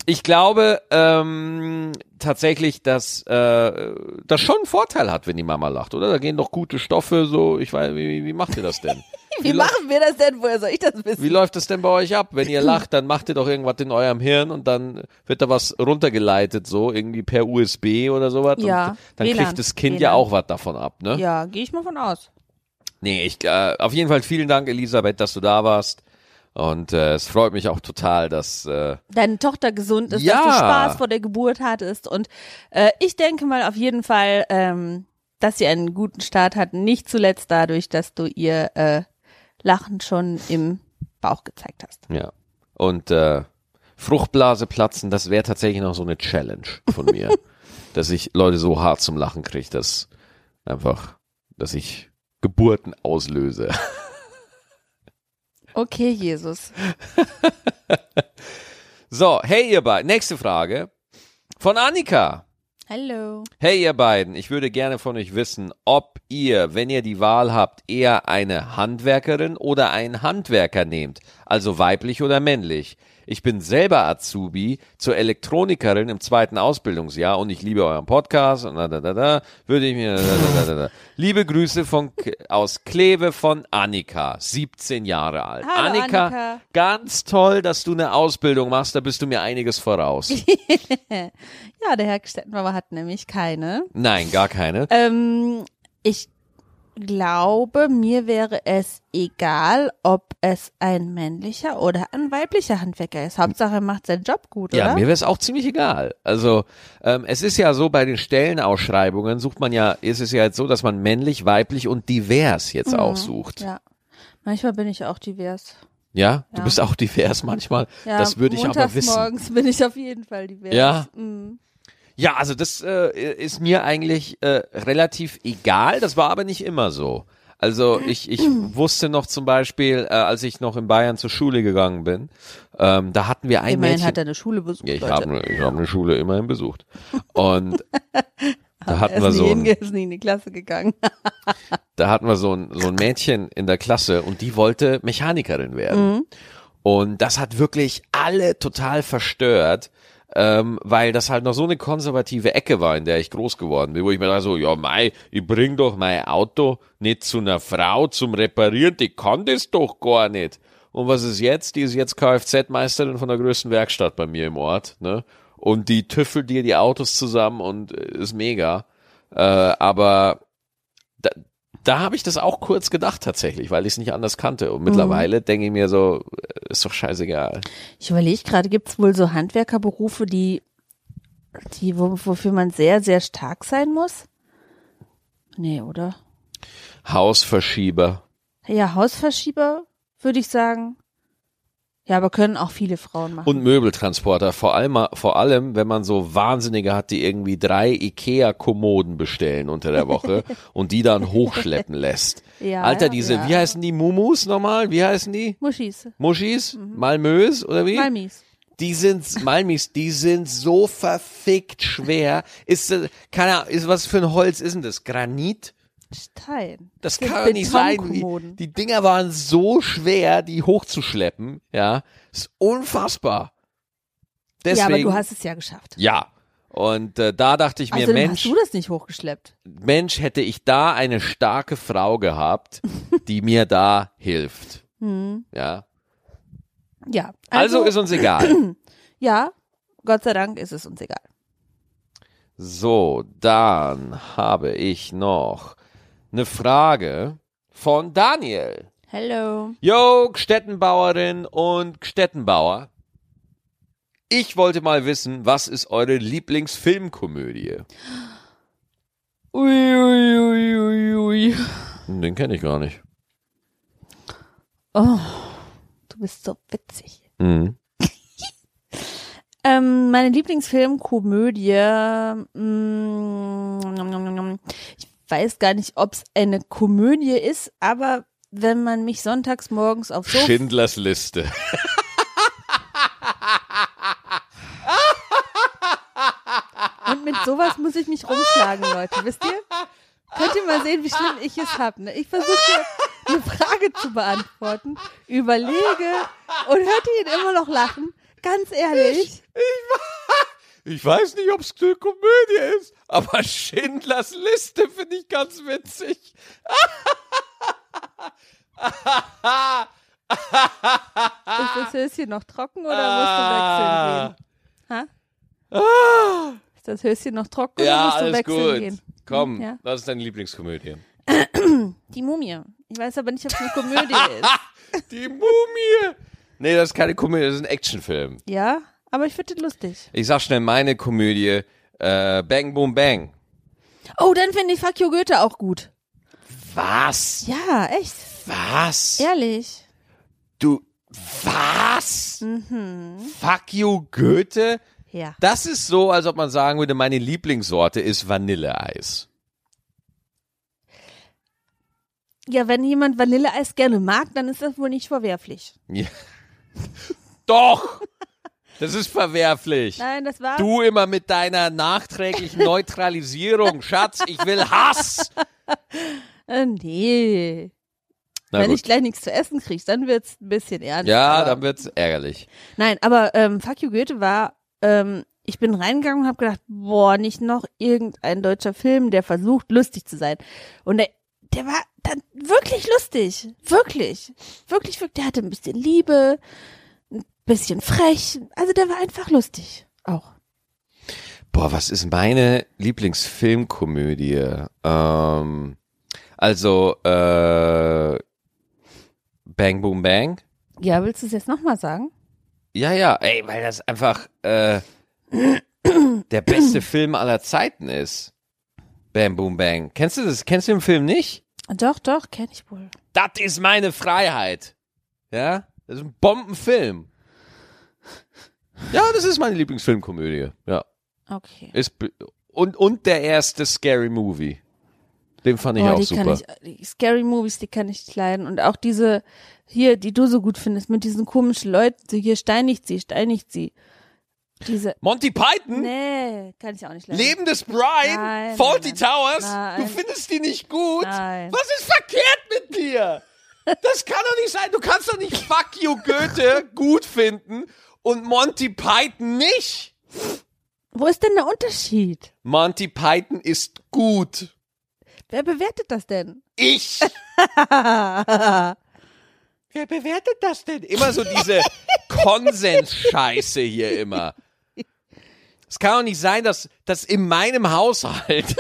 Speaker 1: Ich glaube ähm, tatsächlich, dass äh, das schon einen Vorteil hat, wenn die Mama lacht, oder? Da gehen doch gute Stoffe so. Ich weiß, wie, wie macht ihr das denn?
Speaker 2: Wie,
Speaker 1: läuft-
Speaker 2: machen wir das denn? Woher soll ich das
Speaker 1: Wie
Speaker 2: wissen?
Speaker 1: läuft das denn bei euch ab? Wenn ihr lacht, dann macht ihr doch irgendwas in eurem Hirn und dann wird da was runtergeleitet, so irgendwie per USB oder sowas.
Speaker 2: Ja,
Speaker 1: Und dann
Speaker 2: WLAN,
Speaker 1: kriegt das Kind
Speaker 2: WLAN.
Speaker 1: ja auch was davon ab, ne?
Speaker 2: Ja, gehe ich mal von aus.
Speaker 1: Nee, ich, äh, auf jeden Fall vielen Dank, Elisabeth, dass du da warst. Und äh, es freut mich auch total, dass. Äh,
Speaker 2: deine Tochter gesund ist,
Speaker 1: Ja.
Speaker 2: dass du Spaß vor der Geburt hattest. Und äh, ich denke mal auf jeden Fall, ähm, dass sie einen guten Start hat. Nicht zuletzt dadurch, dass du ihr äh, Lachen schon im Bauch gezeigt hast.
Speaker 1: Ja. Und äh, Fruchtblase platzen, das wäre tatsächlich noch so eine Challenge von mir. dass ich Leute so hart zum Lachen kriege, dass einfach, dass ich Geburten auslöse.
Speaker 2: Okay, Jesus.
Speaker 1: So, hey ihr beiden. Nächste Frage. Von Annika.
Speaker 2: Hallo.
Speaker 1: Hey ihr beiden, ich würde gerne von euch wissen, ob ihr, wenn ihr die Wahl habt, eher eine Handwerkerin oder einen Handwerker nehmt, also weiblich oder männlich. Ich bin selber Azubi zur Elektronikerin im zweiten Ausbildungsjahr und ich liebe euren Podcast und da da da da würde ich mir da, da, da, da, da. liebe Grüße von K- aus Kleve von Annika, 17 Jahre alt.
Speaker 2: Hallo,
Speaker 1: Annika,
Speaker 2: Annika.
Speaker 1: ganz toll, dass du eine Ausbildung machst, da bist du mir einiges voraus.
Speaker 2: Ja, der Herr Stettenbauer hat nämlich keine.
Speaker 1: Nein, gar keine.
Speaker 2: Ähm, ich glaube, mir wäre es egal, ob es ein männlicher oder ein weiblicher Handwerker ist. Hauptsache, er macht seinen Job gut,
Speaker 1: Ja,
Speaker 2: oder?
Speaker 1: mir wäre es auch ziemlich egal. Also ähm, es ist ja so, bei den Stellenausschreibungen sucht man ja, ist es ja jetzt so, dass man männlich, weiblich und divers jetzt auch sucht. Ja.
Speaker 2: Mhm. Ja. Manchmal bin ich auch divers.
Speaker 1: du
Speaker 2: Ja.
Speaker 1: bist auch divers manchmal.
Speaker 2: Ja,
Speaker 1: das würde ich aber
Speaker 2: montags
Speaker 1: wissen.
Speaker 2: morgens bin ich auf jeden Fall divers.
Speaker 1: Ja.
Speaker 2: Mm.
Speaker 1: Ja, also das äh, ist mir eigentlich äh, relativ egal. Das war aber nicht immer so. Also ich, ich wusste noch zum Beispiel, äh, als ich noch in Bayern zur Schule gegangen bin, ähm, da hatten wir ein
Speaker 2: Immerhin
Speaker 1: Mädchen.
Speaker 2: hat er eine Schule besucht,
Speaker 1: ja, ich
Speaker 2: Leute.
Speaker 1: habe ne, ich hab eine Schule immerhin besucht. Und da
Speaker 2: er
Speaker 1: hatten
Speaker 2: ist,
Speaker 1: wir
Speaker 2: nie
Speaker 1: so ein,
Speaker 2: hinge- ist nie in die Klasse gegangen.
Speaker 1: da hatten wir so ein, so ein Mädchen in der Klasse und die wollte Mechanikerin werden. Und das hat wirklich alle total verstört, ähm, weil das halt noch so eine konservative Ecke war, in der ich groß geworden bin, wo ich mir dachte so, ja mei, ich bring doch mein Auto nicht zu einer Frau zum Reparieren, die kann das doch gar nicht. Und was ist jetzt? Die ist jetzt Kfz-Meisterin von der größten Werkstatt bei mir im Ort, ne? Und die tüffelt dir die Autos zusammen und äh, ist mega. Äh, aber da, da habe ich das auch kurz gedacht tatsächlich, weil ich es nicht anders kannte. Und mittlerweile
Speaker 2: Mhm.
Speaker 1: denke ich mir so, äh, ist doch scheißegal.
Speaker 2: Ich überlege gerade, gibt es wohl so Handwerkerberufe, die, die, wo, wofür man sehr, sehr stark sein muss? Nee, oder?
Speaker 1: Hausverschieber.
Speaker 2: Ja, Hausverschieber, würde ich sagen. Ja, aber können auch viele Frauen machen.
Speaker 1: Und Möbeltransporter, vor allem, vor allem, wenn man so Wahnsinnige hat, die irgendwie drei Ikea-Kommoden bestellen unter der Woche und die dann hochschleppen lässt.
Speaker 2: Ja,
Speaker 1: Alter,
Speaker 2: ja,
Speaker 1: diese,
Speaker 2: ja.
Speaker 1: wie heißen die Mumus nochmal? Wie heißen die?
Speaker 2: Muschis.
Speaker 1: Muschis?
Speaker 2: Mhm.
Speaker 1: Malmös oder wie?
Speaker 2: Malmis.
Speaker 1: Die sind, Malmis, die sind so verfickt schwer. Ist, das- keine Ahnung, ist, was für ein Holz ist denn das? Granit?
Speaker 2: Stein.
Speaker 1: Das
Speaker 2: sind
Speaker 1: kann doch nicht sein. Wie,
Speaker 2: Betonkommoden.
Speaker 1: die Dinger waren so schwer, die hochzuschleppen. Ja, ist unfassbar. Deswegen,
Speaker 2: Ja, aber du hast es ja geschafft.
Speaker 1: ja. Und äh, da dachte ich mir,
Speaker 2: also hast
Speaker 1: Mensch,
Speaker 2: du das nicht hochgeschleppt.
Speaker 1: Mensch, hätte ich da eine starke Frau gehabt, die mir da hilft.
Speaker 2: Hm.
Speaker 1: Ja.
Speaker 2: Ja.
Speaker 1: Also, ist uns egal.
Speaker 2: Ja, Gott sei Dank ist es uns egal.
Speaker 1: So, dann habe ich noch eine Frage von Daniel.
Speaker 2: Hello.
Speaker 1: Yo, Gstettenbauerin und Gstettenbauer. Ich wollte mal wissen, was ist eure Lieblingsfilmkomödie?
Speaker 2: Ui, ui, ui, ui, ui.
Speaker 1: Hm, Den kenne ich gar nicht.
Speaker 2: Du bist so witzig.
Speaker 1: Mhm.
Speaker 2: Ähm, meine Lieblingsfilmkomödie. mm, Ich weiß gar nicht, ob es eine Komödie ist, aber wenn man mich sonntags morgens auf so
Speaker 1: Schindlers Liste.
Speaker 2: und mit sowas muss ich mich rumschlagen, Leute, wisst ihr? Könnt ihr mal sehen, wie schlimm ich es hab. Ne? Ich versuche eine Frage zu beantworten, überlege und hört ihr ihn immer noch lachen? Ganz ehrlich,
Speaker 1: Ich weiß nicht, ob es eine Komödie ist, aber Schindlers Liste finde ich ganz witzig.
Speaker 2: ist das Höschen noch trocken oder musst du wechseln gehen?
Speaker 1: Ah.
Speaker 2: Ist das Höschen noch trocken
Speaker 1: Ja,
Speaker 2: oder musst du
Speaker 1: alles
Speaker 2: wechseln
Speaker 1: gut.
Speaker 2: gehen? Hm,
Speaker 1: Komm,
Speaker 2: Ja.
Speaker 1: was ist deine Lieblingskomödie?
Speaker 2: Die Mumie. Ich weiß aber nicht, ob es eine Komödie ist.
Speaker 1: Die Mumie! Nee, das ist keine Komödie, das ist ein Actionfilm.
Speaker 2: Ja, aber ich finde den lustig.
Speaker 1: Ich sag schnell meine Komödie, äh, Bang Boom Bang.
Speaker 2: Oh, dann finde ich Fuck You Goethe auch gut.
Speaker 1: Was?
Speaker 2: Ja, echt.
Speaker 1: Was?
Speaker 2: Ehrlich.
Speaker 1: Du, was?
Speaker 2: Mhm.
Speaker 1: Fuck you, Goethe?
Speaker 2: Ja.
Speaker 1: Das ist so, als ob man sagen würde, meine Lieblingssorte ist Vanilleeis.
Speaker 2: Ja, wenn jemand Vanilleeis gerne mag, dann ist das wohl nicht verwerflich.
Speaker 1: Ja. Doch! Das ist verwerflich.
Speaker 2: Nein, das war.
Speaker 1: Du immer mit deiner nachträglichen Neutralisierung. Schatz, ich will Hass.
Speaker 2: Äh, nee.
Speaker 1: Na
Speaker 2: wenn
Speaker 1: gut.
Speaker 2: ich gleich nichts zu essen kriege, dann wird's ein bisschen ernst.
Speaker 1: ja,
Speaker 2: aber-
Speaker 1: dann wird's ärgerlich.
Speaker 2: Nein, aber ähm, Fuck You Goethe war, ähm, ich bin reingegangen und habe gedacht, boah, nicht noch irgendein deutscher Film, der versucht, lustig zu sein. Und der, der war dann wirklich lustig. Wirklich. Wirklich, wirklich. Der hatte ein bisschen Liebe, ein bisschen frech. Also der war einfach lustig. Auch.
Speaker 1: Boah, was ist meine Lieblingsfilmkomödie? Ähm, also, äh, Bang Boom Bang.
Speaker 2: Ja, willst du es jetzt nochmal sagen?
Speaker 1: Ja, ja, ey, weil das einfach äh, der beste Film aller Zeiten ist. Bam Boom Bang. Kennst du das? Kennst du den Film nicht?
Speaker 2: Doch, doch, kenn ich wohl.
Speaker 1: Das ist meine Freiheit. Ja? Das ist ein Bombenfilm. Ja, das ist meine Lieblingsfilmkomödie. Ja.
Speaker 2: Okay.
Speaker 1: Ist be- und, und der erste Scary Movie. Den fand ich
Speaker 2: Boah,
Speaker 1: auch
Speaker 2: Oh, die
Speaker 1: super.
Speaker 2: Kann ich, die Scary Movies, die kann ich nicht leiden. Und auch diese hier, die du so gut findest, mit diesen komischen Leuten, so hier steinigt sie, steinigt sie. Diese.
Speaker 1: Monty Python?
Speaker 2: Nee, kann ich auch nicht leiden.
Speaker 1: Hm? Leben des Brian?
Speaker 2: Nein,
Speaker 1: Faulty
Speaker 2: nein, nein.
Speaker 1: Towers?
Speaker 2: Nein.
Speaker 1: Du findest die nicht gut?
Speaker 2: Nein.
Speaker 1: Was ist verkehrt mit dir? Das kann doch nicht sein. Du kannst doch nicht Fuck You Goethe gut finden und Monty Python nicht.
Speaker 2: Wo ist denn der Unterschied?
Speaker 1: Monty Python ist gut.
Speaker 2: Wer bewertet das denn?
Speaker 1: Ich. Wer bewertet das denn? Immer so diese Konsens-Scheiße hier immer. Es kann doch nicht sein, dass, dass in meinem Haushalt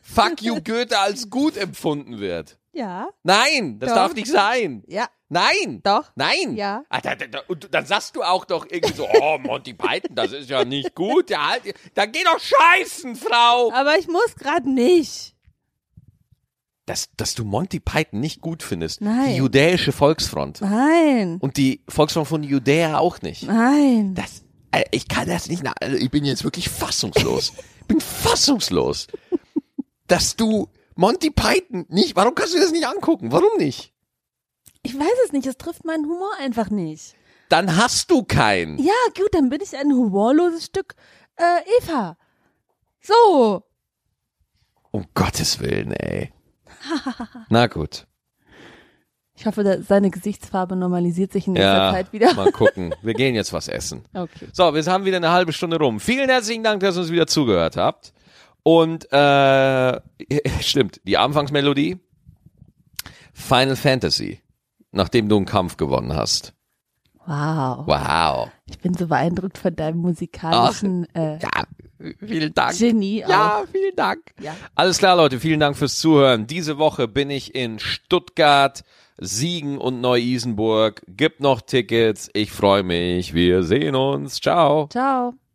Speaker 1: Fuck you Goethe als gut empfunden wird.
Speaker 2: Ja,
Speaker 1: Nein, das
Speaker 2: Doch.
Speaker 1: darf nicht sein.
Speaker 2: ja,
Speaker 1: Nein.
Speaker 2: Doch.
Speaker 1: Nein.
Speaker 2: Ja.
Speaker 1: Ah, da, da, da, und du- dann sagst du auch doch irgendwie so, oh, Monty Python, das ist ja nicht gut. Ja, halt, dann geh doch scheißen, Frau.
Speaker 2: aber ich muss gerade nicht.
Speaker 1: Dass, dass du Monty Python nicht gut findest.
Speaker 2: Nein.
Speaker 1: Die judäische Volksfront.
Speaker 2: Nein,
Speaker 1: Und die Volksfront von Judäa auch nicht.
Speaker 2: nein.
Speaker 1: Das, äh, ich kann das nicht, nach, also ich bin jetzt wirklich fassungslos. Ich bin fassungslos. Dass du Monty Python nicht, warum kannst du dir das nicht angucken? Warum nicht?
Speaker 2: Ich weiß es nicht, es trifft meinen Humor einfach nicht.
Speaker 1: Dann hast du keinen.
Speaker 2: Ja, gut, dann bin ich ein humorloses Stück äh, Eva. So,
Speaker 1: Um Gottes Willen, ey. Na gut.
Speaker 2: Ich hoffe, da- seine Gesichtsfarbe normalisiert sich in nächster
Speaker 1: Ja,
Speaker 2: Zeit wieder.
Speaker 1: mal gucken. Wir gehen jetzt was essen.
Speaker 2: Okay.
Speaker 1: So, wir haben wieder eine halbe Stunde rum. Vielen herzlichen Dank, dass ihr uns wieder zugehört habt. Und äh, stimmt, die Anfangsmelodie. Final Fantasy, nachdem du einen Kampf gewonnen hast.
Speaker 2: Wow.
Speaker 1: Wow.
Speaker 2: Ich bin so beeindruckt von deinem musikalischen äh,
Speaker 1: Ja, vielen Dank.
Speaker 2: Genie.
Speaker 1: Ja, vielen Dank.
Speaker 2: Ja.
Speaker 1: Alles klar, Leute, vielen Dank fürs Zuhören. Diese Woche bin ich in Stuttgart, Siegen und Neu-Isenburg. Gibt noch Tickets. Ich freue mich. Wir sehen uns. Ciao.
Speaker 2: Auch. Ciao.